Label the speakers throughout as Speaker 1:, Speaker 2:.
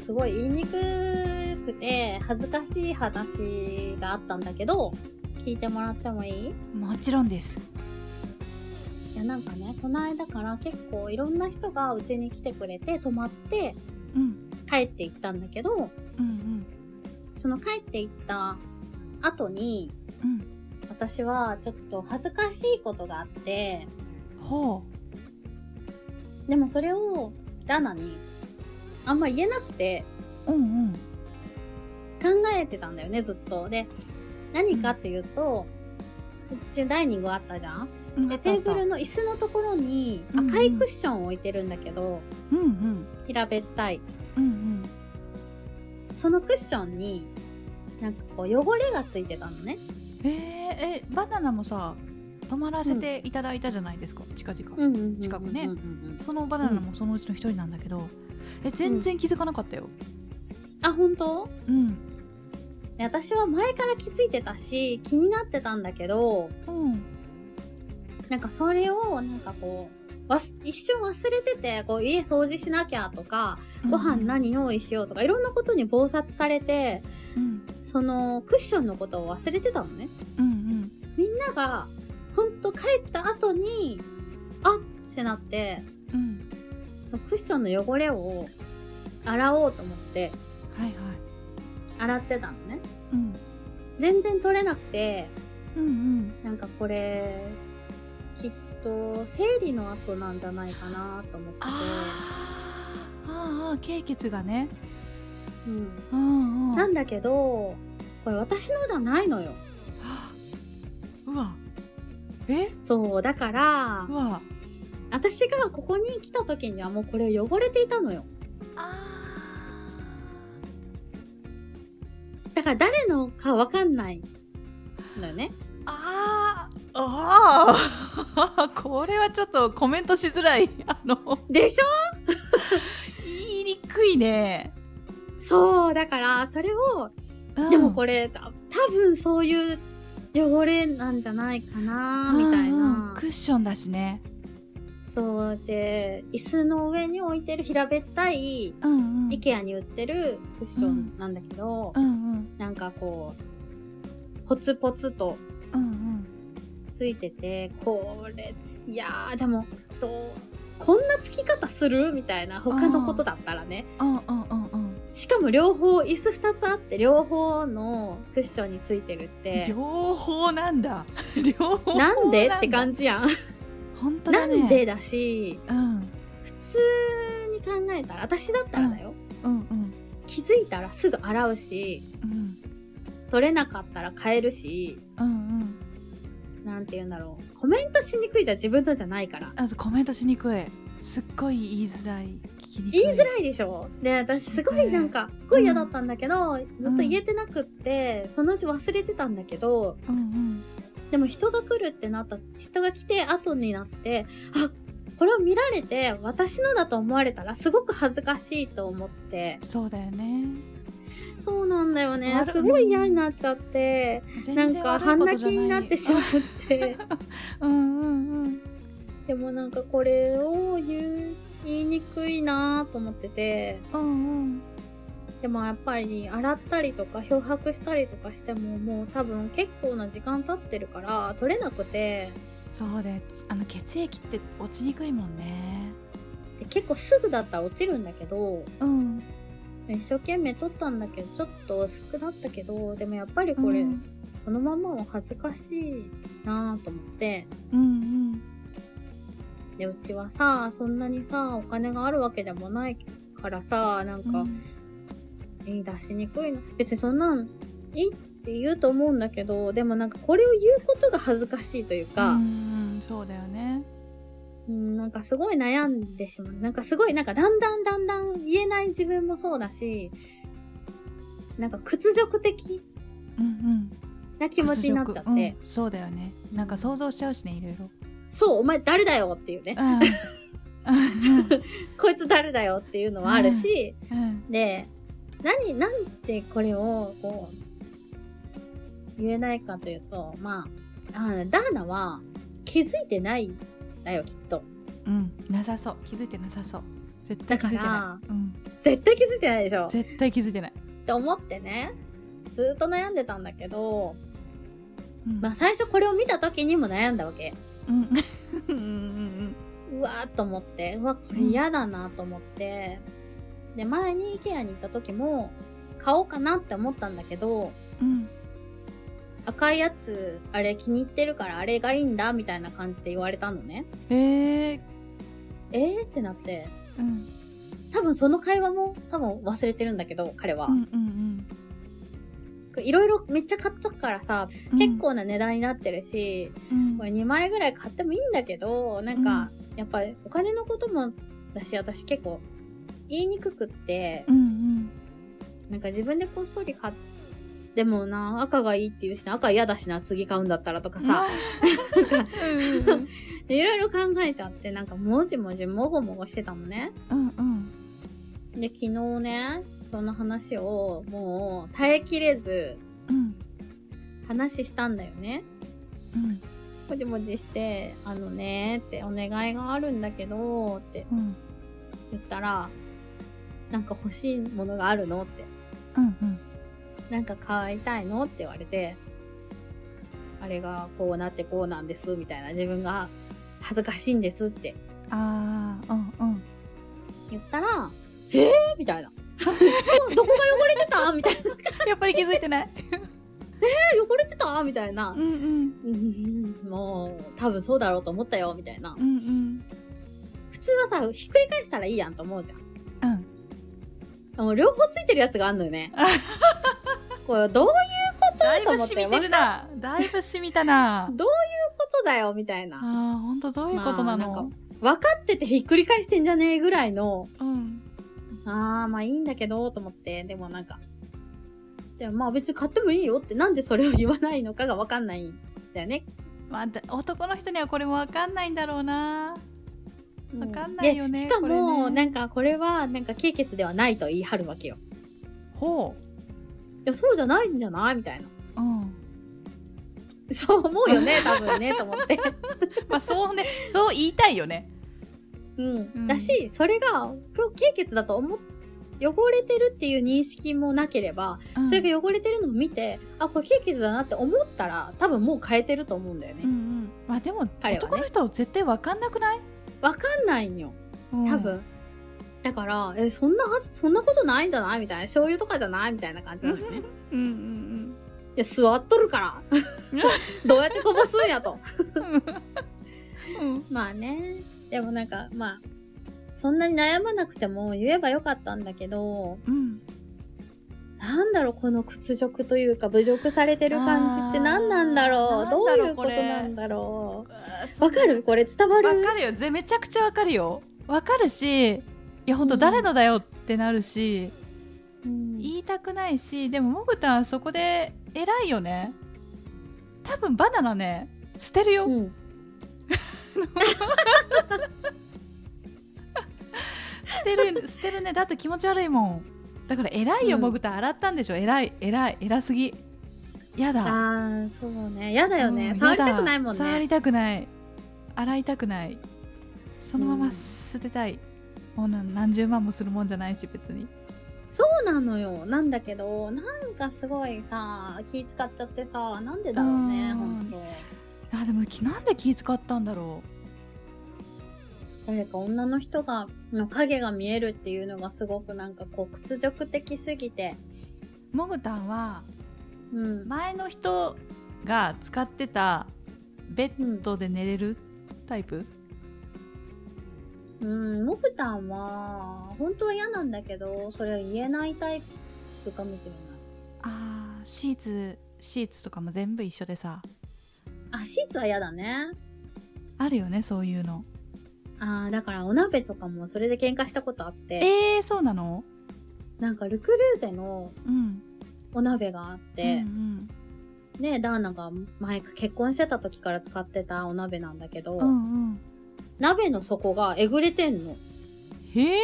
Speaker 1: すごい言いにくくて恥ずかしい話があったんだけど聞いてもらってもいい
Speaker 2: もちろんです
Speaker 1: いやなんかねこの間から結構いろんな人がうちに来てくれて泊まって
Speaker 2: うん
Speaker 1: 帰っていったんだけど
Speaker 2: うん
Speaker 1: その帰っていった後に
Speaker 2: うんうん
Speaker 1: 私はちょっと恥ずかしいことがあって
Speaker 2: ほ
Speaker 1: でもそれをダナにあんま言えなくて
Speaker 2: ううんうん
Speaker 1: 考えてたんだよねずっと。で何かというと、うちダイニングあったじゃん
Speaker 2: うん
Speaker 1: でテーブルの椅子のところに
Speaker 2: うんうん
Speaker 1: 赤いクッションを置いてるんだけど、
Speaker 2: うんうん
Speaker 1: 平べったい
Speaker 2: うん
Speaker 1: そのクッションになんかこう汚れがついてたのね
Speaker 2: うんえー、えバナナもさ泊まらせていただいたじゃないですか、近々、
Speaker 1: うんうんうんうんうん
Speaker 2: 近くね
Speaker 1: うんうん
Speaker 2: そのバナナもそのうちの一人なんだけど、え全然気づかなかったよ
Speaker 1: あ本当
Speaker 2: うん
Speaker 1: で私は前から気づいてたし気になってたんだけど
Speaker 2: うん
Speaker 1: なんかそれをなんかこうわす一瞬忘れててこう家掃除しなきゃとかご飯何用意しようとかいろんなことに忙殺されて
Speaker 2: うん
Speaker 1: そのクッションのことを忘れてたのね
Speaker 2: うん
Speaker 1: みんながほんと帰った後にあっってなって
Speaker 2: うんうん
Speaker 1: そのクッションの汚れを洗おうと思って
Speaker 2: はいはい
Speaker 1: 洗ってたのね
Speaker 2: うん
Speaker 1: 全然取れなくて
Speaker 2: うんうん
Speaker 1: なんかこれきっと生理の後なんじゃないかなと思って、
Speaker 2: あーあーあー経血がね
Speaker 1: うん、
Speaker 2: うんうん
Speaker 1: なんだけどこれ私のじゃないのよ
Speaker 2: はあうわえ
Speaker 1: そうだから
Speaker 2: うわ
Speaker 1: 私がここに来た時にはもうこれ汚れていたのよ
Speaker 2: あ
Speaker 1: だから誰のかわかんないのよね
Speaker 2: ーあーあーこれはちょっとコメントしづらいあの
Speaker 1: でしょ
Speaker 2: 言いにくいね、
Speaker 1: そう、だから、それを、でもこれ、た多分そういう汚れなんじゃないかな、みたい
Speaker 2: うんうん
Speaker 1: な。
Speaker 2: クッションだしね
Speaker 1: そうで、椅子の上に置いてる平べったい、
Speaker 2: うんうん
Speaker 1: IKEA に売ってるクッションなんだけど、
Speaker 2: うんうん
Speaker 1: なんかこう、ポツポツと
Speaker 2: うんうん
Speaker 1: ついてて、これ、いやー、でも、どうこんなつき方するみたいな、他のことだったらね。
Speaker 2: うんうんうんうん
Speaker 1: しかも両方、椅子2つあって、両方のクッションについてるって。
Speaker 2: 両方なんだ 両方
Speaker 1: なんでって感
Speaker 2: じ
Speaker 1: じやん。
Speaker 2: 本当
Speaker 1: な
Speaker 2: だね
Speaker 1: んでだし、
Speaker 2: うん
Speaker 1: 普通に考えたら、私だったらだよ。
Speaker 2: うんうん
Speaker 1: 気づいたらすぐ洗うし、
Speaker 2: うん
Speaker 1: 取れなかったら変えるし、
Speaker 2: うんうん
Speaker 1: なんて言うんだろう。コメントしにくいじゃん、自分のじゃないから。
Speaker 2: あコメントしにくいすっごい言いづらい聞きにくい
Speaker 1: 言いづらいでしょで、私すごいなんか、すごい嫌だったんだけど、ずっと言えてなくって、そのうち忘れてたんだけど、
Speaker 2: うんうん
Speaker 1: でも人が来るってなった、人が来て後になって、あ、これを見られて、私のだと思われたらすごく恥ずかしいと思って、
Speaker 2: そうだよね
Speaker 1: そうなんだよね
Speaker 2: 悪。い
Speaker 1: すごい嫌になっちゃって、な
Speaker 2: 全
Speaker 1: ん
Speaker 2: 然
Speaker 1: か
Speaker 2: 悪い
Speaker 1: 半
Speaker 2: こ
Speaker 1: 泣
Speaker 2: とじ
Speaker 1: き
Speaker 2: ゃ
Speaker 1: になってしま
Speaker 2: う
Speaker 1: って。
Speaker 2: うんうんうん
Speaker 1: でもなんかこれを言う言いにくいなと思ってて、
Speaker 2: うんうん
Speaker 1: でもやっぱり洗ったりとか漂白したりとかしてももう多分結構な時間経ってるから取れなくて、
Speaker 2: そうだよあの血液って落ちにくいもんね
Speaker 1: で結構すぐだったら落ちるんだけど、
Speaker 2: うん
Speaker 1: 一生懸命取ったんだけどちょっと薄くなったけどでもやっぱりこれ、
Speaker 2: うん
Speaker 1: このままは恥ずかしいなぁと思って
Speaker 2: うん
Speaker 1: でうちはさそんなにさお金があるわけでもないからさなん
Speaker 2: うんう
Speaker 1: か、
Speaker 2: ん
Speaker 1: 言い出しにくいな別にそんなんいいって言うと思うんだけどでもなんかこれを言うことが恥ずかしいという
Speaker 2: う
Speaker 1: か、
Speaker 2: んうんそうだよね
Speaker 1: うん、なんかすごい悩んでしまうなんかすごいなんかだんだんだんだん言えない自分もそうだしなんか屈辱的
Speaker 2: うんうん
Speaker 1: な気持ちになっちゃって。
Speaker 2: 屈辱うんそうだよねなんか想像しちゃうしねいろ いろ
Speaker 1: そう、お前誰だよっていうね
Speaker 2: う。んうん
Speaker 1: こいつ誰だよっていうのはあるし、
Speaker 2: うん
Speaker 1: で、何、なんでこれを、こう、言えないかというと、まあ、あダーナは気づいてないんだよ、きっと。
Speaker 2: うんなさそう気づいてなさそう絶対気づいて
Speaker 1: だか
Speaker 2: ないうん
Speaker 1: 絶対気づいてないでしょっ
Speaker 2: 絶対気づいてない、
Speaker 1: て思ってねずっと悩んでたんだけど、
Speaker 2: うん
Speaker 1: まあ、最初これを見た時にも悩んだわけ
Speaker 2: うんうんうん
Speaker 1: うわーっと思ってうわこれ嫌だなと思ってで前に IKEA に行った時も買おうかなって思ったんだけど
Speaker 2: うん
Speaker 1: 赤いやつあれ気に入ってるからあれがいいんだみたいな感じで言われたのね
Speaker 2: うんえー
Speaker 1: えーってなって
Speaker 2: うん
Speaker 1: 多分その会話も多分忘れてるんだけど彼は
Speaker 2: うんうん
Speaker 1: いろいろめっちゃ買っとくからさ
Speaker 2: うん
Speaker 1: 結構な値段になってるし、
Speaker 2: うん
Speaker 1: これ2枚ぐらい買ってもいいんだけどなんかやっぱりお金のこともだし私結構言いにくくって
Speaker 2: うんうん
Speaker 1: なんか自分でこっそり買って。でもな赤がいいって言うしな赤嫌だしな次買うんだったらとかさ
Speaker 2: うん
Speaker 1: いろいろ考えちゃってなんかもじもじもごもごしてたのね
Speaker 2: うんうん
Speaker 1: で昨日ねその話をもう耐えきれず
Speaker 2: うん
Speaker 1: 話したんだよね
Speaker 2: うん
Speaker 1: もじもじして「あのね」って「お願いがあるんだけど」って
Speaker 2: うん
Speaker 1: 言ったら「なんか欲しいものがあるの?」って
Speaker 2: うんうん
Speaker 1: 「なんか買いたいの?」って言われて「あれがこうなってこうなんです」みたいな自分が恥ずかしいんですって
Speaker 2: ああうんうん
Speaker 1: 言ったら「えー?」みたいな。 どこが汚れてたみたいな。
Speaker 2: やっぱり気づいてない
Speaker 1: え汚れてたみたいな
Speaker 2: う。んうん
Speaker 1: うんもう、多分そうだろうと思ったよ、みたいな
Speaker 2: う。んうん
Speaker 1: 普通はさ、ひっくり返したらいいやんと思うじゃん。
Speaker 2: うん
Speaker 1: もう両方ついてるやつがあんのよ ね。これどういう
Speaker 2: だい
Speaker 1: と
Speaker 2: ぶ
Speaker 1: 思って
Speaker 2: 染みてるな。だいぶ染みたな。
Speaker 1: ことだよみたい
Speaker 2: ああ
Speaker 1: な。
Speaker 2: ー、本当どういうことなの、
Speaker 1: まあなん分かっててひっくり返してんじゃねえぐらいの、
Speaker 2: うん。
Speaker 1: ああ、まあいいんだけど、と思って、でもなんか、でもまあ別に買ってもいいよって、なんでそれを言わないのかが分かんないんだよね。
Speaker 2: まあ、だ男の人にはこれもわかんないんだろうな。
Speaker 1: う
Speaker 2: わかんないよね
Speaker 1: でしか
Speaker 2: これ
Speaker 1: も、
Speaker 2: ね
Speaker 1: なんかこれは、なんか軽血ではないと言い張るわけよ。
Speaker 2: ほ
Speaker 1: いや、そうじゃないんじゃないみたいな。
Speaker 2: う。うん。
Speaker 1: そう思うよ ね、多分ね、と思って。
Speaker 2: まあ、そうね、そう言いたいよね。
Speaker 1: うん
Speaker 2: うん
Speaker 1: だしそれが経血だと思っ汚れてるっていう認識もなければ、
Speaker 2: うん
Speaker 1: それが汚れてるのを見てあこれ経血だなって思ったら多分もう変えてると思うんだよ
Speaker 2: うんう
Speaker 1: ね。
Speaker 2: ん。まあ、でも、
Speaker 1: 彼はね
Speaker 2: 男の人は絶対わかんなくない、
Speaker 1: わ、かんないんよ
Speaker 2: うん、
Speaker 1: 多分、。だからえそんなはずそんなことないんじゃないみたいな醤油とかじゃないみたいな感じなんだよね。い
Speaker 2: うんうん
Speaker 1: や座っとる からどうやってこぼすんやと。
Speaker 2: うん。うん。
Speaker 1: まあねでもなんかまあそんなに悩まなくても言えばよかったんだけど
Speaker 2: うん。
Speaker 1: なんだろうこの屈辱というか侮辱されてる感じって
Speaker 2: あー
Speaker 1: 何なんだろう
Speaker 2: なんだ
Speaker 1: どう
Speaker 2: ろう
Speaker 1: いうこ
Speaker 2: ことれ
Speaker 1: なんだろう
Speaker 2: わ
Speaker 1: わかるこれ伝わる
Speaker 2: わかるよ。ぜめちゃくちゃわかるよ。わかるし、いや、本当誰のだよってなるし、
Speaker 1: うん
Speaker 2: 言いたくないしでももぐたんそこで偉いよね多分バナナね捨てるよ、
Speaker 1: うん
Speaker 2: 捨てる 捨てるねだって気持ち悪いもんだから偉いよ、
Speaker 1: うん
Speaker 2: もぐたん洗ったんでしょ偉い偉い偉すぎやだ
Speaker 1: ああそうねやだよね、
Speaker 2: うん
Speaker 1: 触り
Speaker 2: や
Speaker 1: た
Speaker 2: だ
Speaker 1: くないもん
Speaker 2: 触り
Speaker 1: ね
Speaker 2: たくない洗いたくないそのまま捨てたい、もうな何十万もするもんじゃないし別に
Speaker 1: そうなのよなんだけどなんかすごいさ気使っちゃってさなんでだろうね
Speaker 2: うん
Speaker 1: 本当
Speaker 2: あでもきなんで気使ったんだろ
Speaker 1: 誰か女の人がの影が見えるっていうのがすごくなんかこう屈辱的すぎて
Speaker 2: うもぐたんは
Speaker 1: うん、
Speaker 2: 前の人が使ってたベッドで寝れるタイプ、
Speaker 1: うん、もぐたんは、本当は嫌なんだけど、それを言えないタイプかもしれ
Speaker 2: あーシーツシーツとかも全部一緒でさ
Speaker 1: ない。あ、シーツは嫌だね。
Speaker 2: あるよねそういうの
Speaker 1: あーだからお鍋とかもそれで喧嘩したことあって、
Speaker 2: えー、そうなの
Speaker 1: なんかルクルーゼの
Speaker 2: うん
Speaker 1: お鍋があっ
Speaker 2: う
Speaker 1: て、
Speaker 2: ん
Speaker 1: で、ダーナが前結婚してた時から使ってたお鍋なんだけど、
Speaker 2: うんうんうん
Speaker 1: 鍋の底がえぐれてんの。
Speaker 2: へえ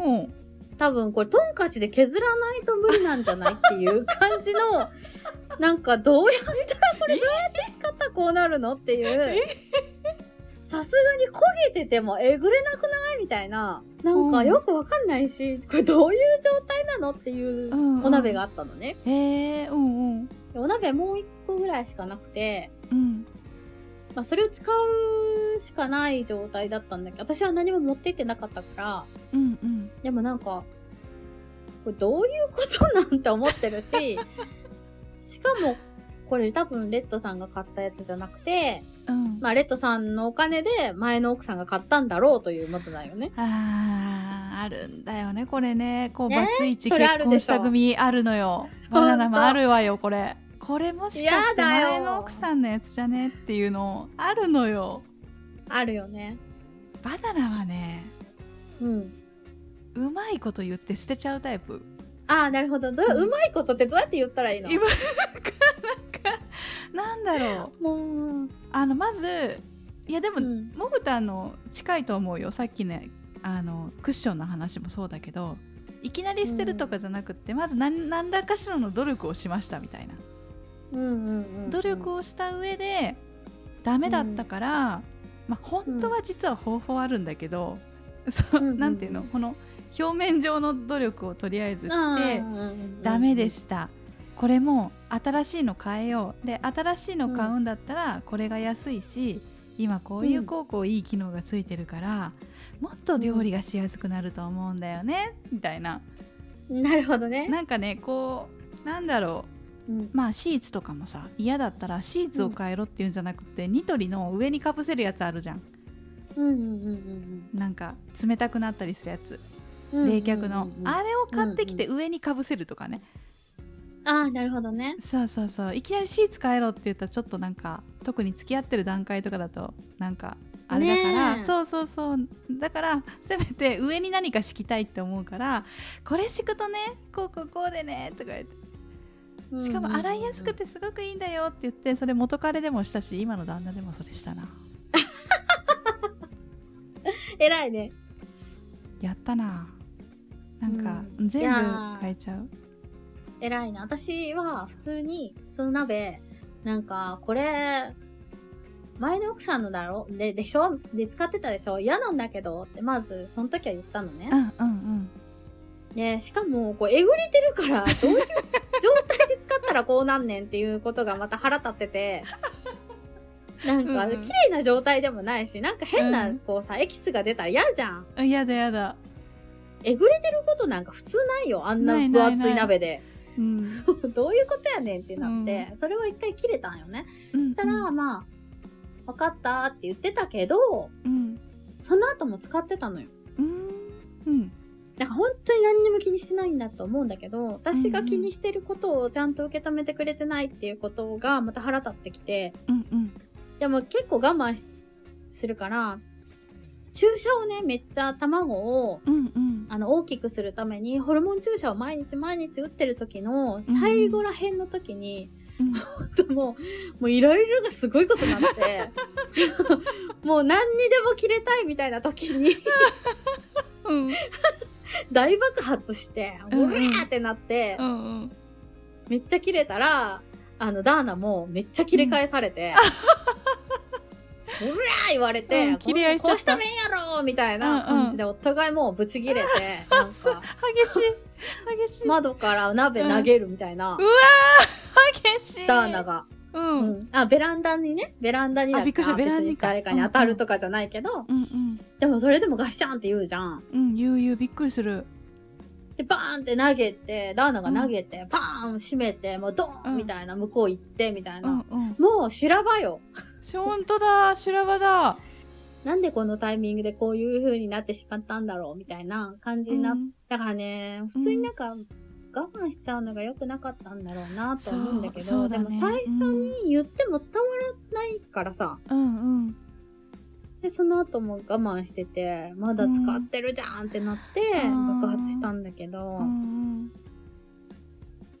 Speaker 2: うん
Speaker 1: 多分これトンカチで削らないと無理なんじゃないっていう感 じの、 なんかどうやったらこれどうやって使ったらこうなるのっていう。さすがに焦げててもえぐれなくないみたいな、なんか
Speaker 2: うん
Speaker 1: よくわかんないし、これどういう状態なのっていう
Speaker 2: うんうん
Speaker 1: お鍋があったのね。
Speaker 2: えー、うんうん
Speaker 1: でお鍋もう一個ぐらいしかなくて、
Speaker 2: うん
Speaker 1: まあそれを使うしかない状態だったんだけど、私は何も持って行ってなかったから、
Speaker 2: うんうん
Speaker 1: でもなんか、これどういうことなんて思ってる し、しかも、これ多分レッドさんが買ったやつじゃなくて、
Speaker 2: うん
Speaker 1: まあレッドさんのお金で前の奥さんが買ったんだろうということだよね。
Speaker 2: あーあるんだよねこれねこう
Speaker 1: ね
Speaker 2: バツイチ
Speaker 1: それあ
Speaker 2: 結
Speaker 1: るで
Speaker 2: 婚
Speaker 1: し
Speaker 2: し
Speaker 1: ょ
Speaker 2: た組あるのよバナナもあるわよこれこれもしかして
Speaker 1: やだよ
Speaker 2: 前の奥さんのやつじゃねっていうのあるのよ
Speaker 1: あるよね。
Speaker 2: バナナはね
Speaker 1: うん。
Speaker 2: うまいこと言って捨てちゃうタイプ
Speaker 1: ああ、なるほど。どう
Speaker 2: うん
Speaker 1: うまいことってどうやって言ったらいいの
Speaker 2: 今なんだろう
Speaker 1: もう、
Speaker 2: あのまずいやでも、
Speaker 1: うん
Speaker 2: もぐたの近いと思うよさっきねあのクッションの話もそうだけどいきなり捨てるとかじゃなくって、まず何何らかしらの努力をしましたみたいな
Speaker 1: うんうんうん。
Speaker 2: 努力
Speaker 1: を。
Speaker 2: をした上でダメだったから、まあ本当は実は方法あるんだけど、そう
Speaker 1: うんうんうん
Speaker 2: なんていうのこの表面上の努力をとりあえずして、ダメで。したこれも新しいの変えようで新しいの買うんだったらこれが安いし、今こういうこうこういい機能がついてるから、もっと料理がしやすくなると思うんだよねみたいな
Speaker 1: なるほどね。
Speaker 2: なんかねこうなんだろう
Speaker 1: うん
Speaker 2: まあシーツとかもさ嫌だったらシーツを変えろっていうんじゃなくて、ニトリの上にかぶせるやつあるじゃん
Speaker 1: うんうんうん
Speaker 2: なんか冷たくなったりするやつ、
Speaker 1: うんうん。
Speaker 2: 冷却の、
Speaker 1: うんうんうん
Speaker 2: あれを買ってきて上にかぶせるとかね、
Speaker 1: ああ、なるほどね。
Speaker 2: そうそうそういきなりシーツ変えろって言ったらちょっとなんか特に付き合ってる段階とかだとなんかあれだから、
Speaker 1: ねえ
Speaker 2: そうそうそうだからせめて上に何か敷きたいって思うからこれ敷くとねこうこうこうでねとか言ってしかも洗いやすくてすごくいいんだよって言ってそれ元彼でもしたし今の旦那でもそれしたな
Speaker 1: えらいね。
Speaker 2: やったななんか
Speaker 1: うんい
Speaker 2: 全
Speaker 1: やー
Speaker 2: 部変えちゃう
Speaker 1: 偉いな。私は普通に、その鍋、なんか、これ、前の奥さんのだろで、でしょで、使ってたでしょ嫌なんだけどって、まず、その時は言ったのね
Speaker 2: う。んうんうん
Speaker 1: ねしかも、こう、えぐれてるから、どういう状態で使ったらこうなんねんっていうことがまた腹立ってて、なんか、
Speaker 2: うんうん
Speaker 1: 綺麗な状態でもないし、なんか変な、
Speaker 2: うん
Speaker 1: こうさ、エキスが出たら嫌じゃん。
Speaker 2: うんやだやだ
Speaker 1: えぐれてることなんか普通ないよ。あんな
Speaker 2: ない
Speaker 1: 分
Speaker 2: ない
Speaker 1: 厚い鍋で。
Speaker 2: うん、
Speaker 1: どういうことやねんってなって、それは一回切れたんよね。
Speaker 2: うん
Speaker 1: そしたら、まあ、分かったって言ってたけど、
Speaker 2: うん
Speaker 1: その後も使ってたのよ。
Speaker 2: うんうん
Speaker 1: なんか本当に何にも気にしてないんだと思うんだけど、私が気にしてることをちゃんと受け止めてくれてないっていうことがまた腹立ってきて、
Speaker 2: うんうん
Speaker 1: でも結構我慢しするから、注射をね、めっちゃ卵を、
Speaker 2: うんうん
Speaker 1: あの、大きくするために、ホルモン注射を毎日毎日打ってる時の、最後ら辺の時に、
Speaker 2: うん
Speaker 1: ちょっともう、もういろいろがすごいことにな って、もう何にでも切れたいみたいな時 に
Speaker 2: うん
Speaker 1: 大爆発して、
Speaker 2: うんう
Speaker 1: うんわーってなって、
Speaker 2: うんうん
Speaker 1: めっちゃ切れたら、あの、ダーナもめっちゃ切れ返されて、うらー言われて、
Speaker 2: うん切り合いしち
Speaker 1: こ
Speaker 2: ゃっ
Speaker 1: うした
Speaker 2: た
Speaker 1: らええやろみたいな感じで、お互いもうブチ切れて、 なんか、
Speaker 2: 激しい激しい、
Speaker 1: 窓から鍋投げるみたいな
Speaker 2: う、わー激しい
Speaker 1: ダーナが。
Speaker 2: うん、うん
Speaker 1: あ、ベランダにね、ベランダにだ
Speaker 2: あびっくりした
Speaker 1: 別
Speaker 2: ベランダにか
Speaker 1: 誰かに当たるとかじゃないけど、
Speaker 2: うんうん
Speaker 1: でもそれでもガシャンって言うじゃん。
Speaker 2: うんゆうゆうびっくりする
Speaker 1: で、バーンって投げて、ダーナが投げて、バーン閉めて、もうドー
Speaker 2: う
Speaker 1: ン
Speaker 2: ん
Speaker 1: みたいな、向こう行って、みたいうな。
Speaker 2: んうん
Speaker 1: もう修羅場よ。
Speaker 2: ほんとだ修羅場だ
Speaker 1: なんでこのタイミングでこういう風になってしまったんだろうみたいな感じになっ
Speaker 2: うん
Speaker 1: だからね、普通になんか、我慢しちゃうのが良くなかったんだろうなと思うんだけ
Speaker 2: そうそ
Speaker 1: ど、で
Speaker 2: うだね
Speaker 1: も最初に言っても伝わらないからさ、
Speaker 2: うんうん
Speaker 1: で、その後も我慢してて、まだ使ってるじゃんってなって、
Speaker 2: うん
Speaker 1: 爆発したんだけど、
Speaker 2: うん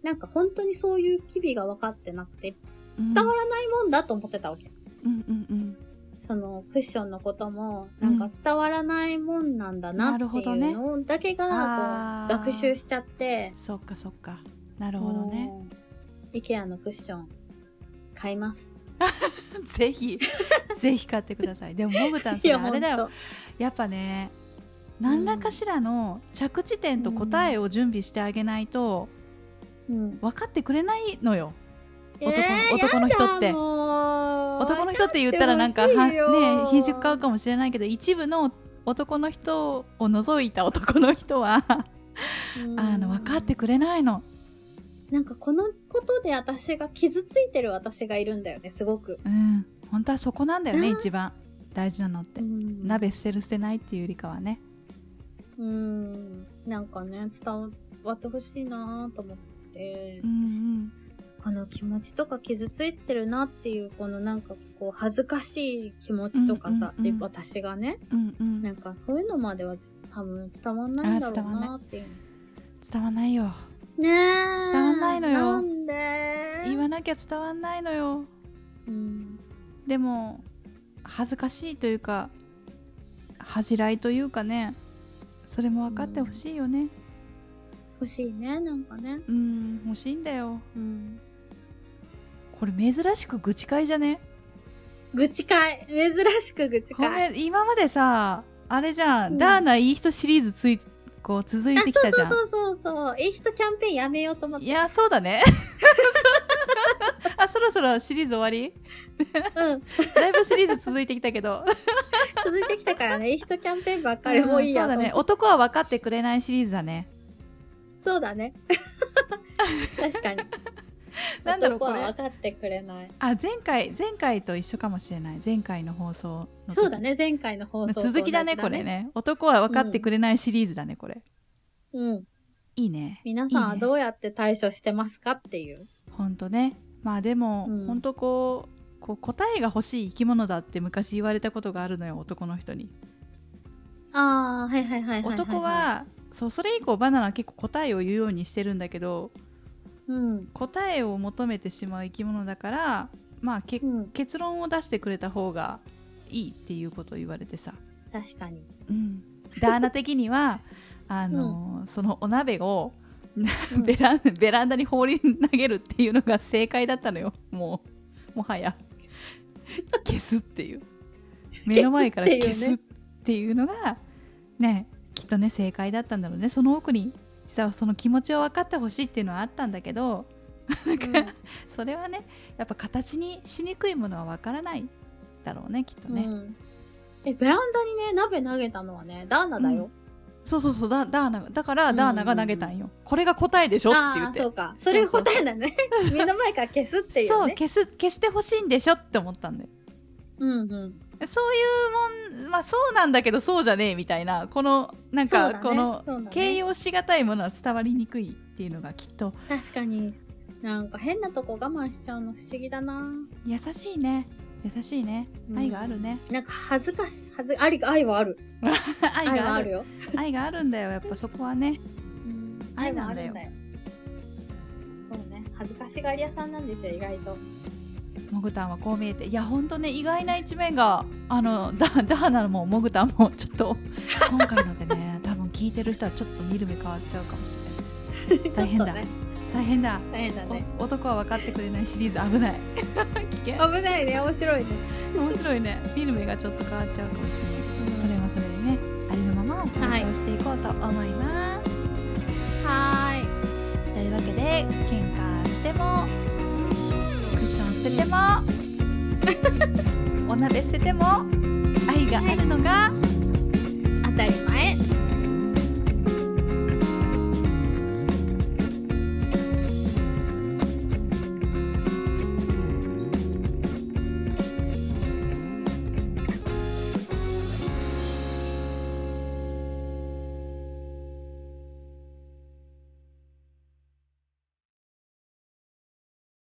Speaker 1: なんか本当にそういう機微が分かってなくて、
Speaker 2: うん
Speaker 1: 伝わらないもんだと思ってたわけ。
Speaker 2: うんうんうん
Speaker 1: そのクッションのことも、なんか伝わらないもんなんだな
Speaker 2: な
Speaker 1: って
Speaker 2: るほ
Speaker 1: い
Speaker 2: どね
Speaker 1: うのだけが、
Speaker 2: あ
Speaker 1: こう、
Speaker 2: ー
Speaker 1: 学習しちゃって、
Speaker 2: そっかそっかなるほどね
Speaker 1: もう。IKEA のクッション、買います。
Speaker 2: ぜひぜひ買ってくださいでももぐたん
Speaker 1: い
Speaker 2: さ
Speaker 1: や
Speaker 2: んあれだよやっぱね何らかしらの着地点と答えを準備してあげない
Speaker 1: ほん
Speaker 2: と
Speaker 1: とうん
Speaker 2: 分かってくれないのよ男の
Speaker 1: えー
Speaker 2: 男の人って
Speaker 1: やだもう
Speaker 2: 男の人って言ったらなんかは
Speaker 1: 分かってほしいよ
Speaker 2: ね品種買うかもしれないけど一部の男の人を除いた男の人は
Speaker 1: うん
Speaker 2: あの分かってくれないの
Speaker 1: なんかこのことで私が傷ついてる私がいるんだよねすごく、
Speaker 2: うん本当はそこなんだよね
Speaker 1: うん
Speaker 2: 一番大事なのって
Speaker 1: うん
Speaker 2: 鍋捨てる捨てないっていうよりかはね
Speaker 1: うんなんかね伝わってほしいなと思って、
Speaker 2: うん
Speaker 1: この気持ちとか傷ついてるなっていうこのなんかこう恥ずかしい気持ちとかさ、
Speaker 2: うんうんうん
Speaker 1: 自私がね
Speaker 2: うんうんうん
Speaker 1: なんかそういうのまでは多分伝わんないんだろうなっていう
Speaker 2: 伝わんないよ
Speaker 1: ねえ
Speaker 2: 伝わんないのよ
Speaker 1: なんで
Speaker 2: 言わなきゃ伝わんないのよ
Speaker 1: うん
Speaker 2: でも恥ずかしいというか恥じらいというかねそれも分かってほしいよね
Speaker 1: 欲しいねなんかね
Speaker 2: うん、欲しいんだよ
Speaker 1: うん
Speaker 2: これ珍しく愚痴会じゃね
Speaker 1: 愚痴会珍しく愚痴
Speaker 2: ご
Speaker 1: 会
Speaker 2: めん今までさあれじゃん、
Speaker 1: うん
Speaker 2: ダーナいい人シリーズついこう続い
Speaker 1: あ
Speaker 2: てきたじゃん
Speaker 1: そうそうそうそうそういい人キャンペーンやめようと思っ
Speaker 2: い
Speaker 1: て
Speaker 2: やそうだ ねあそろそろシリーズ終わり
Speaker 1: うん
Speaker 2: だいぶシリーズ続いてきたけど
Speaker 1: 続いてきたからねいい人キャンペーンばっかりもういいや
Speaker 2: うんそうだね
Speaker 1: と思って
Speaker 2: 男は分かってくれないシリーズだね
Speaker 1: そうだね確 かに
Speaker 2: なんだろう
Speaker 1: 男
Speaker 2: こ
Speaker 1: は分
Speaker 2: れ
Speaker 1: かってくれない
Speaker 2: あ前回前回と一緒かもしれない前回の放送の時
Speaker 1: そうだね前回の放送と同じ
Speaker 2: 続きだねこれね男は分かってくれないシリーズだねこれ
Speaker 1: うん
Speaker 2: いいね
Speaker 1: 皆さん
Speaker 2: いい
Speaker 1: は
Speaker 2: ね
Speaker 1: どうやって対処してますかっていう
Speaker 2: ほんとねまあでも、
Speaker 1: うん
Speaker 2: ほんとこうこう答えが欲しい生き物だって昔言われたことがあるのよ男の人に、
Speaker 1: ああはいはいはいいいい
Speaker 2: 男はそうそれ以降バナナは結構答えを言うようにしてるんだけど
Speaker 1: うん
Speaker 2: 答えを求めてしまう生き物だからまあけ
Speaker 1: うん
Speaker 2: 結論を出してくれた方がいいっていうことを言われてさ、
Speaker 1: 確かに
Speaker 2: うん、ダーナ的にはあの、そのお鍋を
Speaker 1: うん
Speaker 2: ベランベランダに放り投げるっていうのが正解だったのよもうもはや消すっていう目の前から消
Speaker 1: 消す
Speaker 2: す
Speaker 1: っ
Speaker 2: っていうのがねきっとね正解だったんだろうねその奥に実はその気持ちを分かってほしいっていうのはあったんだけどそれはねやっぱ形にしにくいものは分からないだろうねきっと
Speaker 1: うん
Speaker 2: ね、
Speaker 1: うんえベランダにね鍋投げたのはねダーナだよ
Speaker 2: そうそうそうだダーナがだから
Speaker 1: うん
Speaker 2: ダーナが投げたんよ、これが答えでしょって
Speaker 1: あ
Speaker 2: 言
Speaker 1: あ
Speaker 2: っ
Speaker 1: ー
Speaker 2: て
Speaker 1: そうかそれが答えだ ね目の前から消すってい
Speaker 2: そうう
Speaker 1: ね
Speaker 2: 消す消してほしいんでしょって思ったんだよ
Speaker 1: うんうん
Speaker 2: そういうもんまあそうなんだけどそうじゃねえみたいなこのなん
Speaker 1: そう
Speaker 2: か、
Speaker 1: だね
Speaker 2: この
Speaker 1: そうだね
Speaker 2: 形容しがたいものは伝わりにくいっていうのがきっと
Speaker 1: 確かになんか変なとこ我慢しちゃうの不思議だな
Speaker 2: 優しいね優しいね
Speaker 1: うん
Speaker 2: 愛がある ね、
Speaker 1: なんか恥ずかしい恥ずあり愛はある
Speaker 2: 愛
Speaker 1: 愛
Speaker 2: が
Speaker 1: は
Speaker 2: あ
Speaker 1: あ
Speaker 2: る
Speaker 1: るよ
Speaker 2: 愛があるんだよやっぱそこはね
Speaker 1: うん
Speaker 2: 愛なんだよ
Speaker 1: 愛はあるそうね恥ずかしがり屋さんなんですよ意外と
Speaker 2: モグタンはこう見えていやほんとね意外な一面があのダダーナもモグタンもちょっと 今回のでね多分聞いてる人はちょっと見る目変わっちゃうかもしれない大変だ、
Speaker 1: ちょっとね
Speaker 2: 大変だ
Speaker 1: 大変だね
Speaker 2: お男は分かってくれないシリーズ危ない 危険
Speaker 1: 危ないね面白いね
Speaker 2: 面白いね見る目がちょっと変わっちゃうかもしれないけど、
Speaker 1: うん
Speaker 2: それはそれでねありのままを
Speaker 1: はい
Speaker 2: 放送していこうと思います、
Speaker 1: はーい
Speaker 2: というわけで喧嘩してもクッション捨てて もお鍋捨てても愛があるのが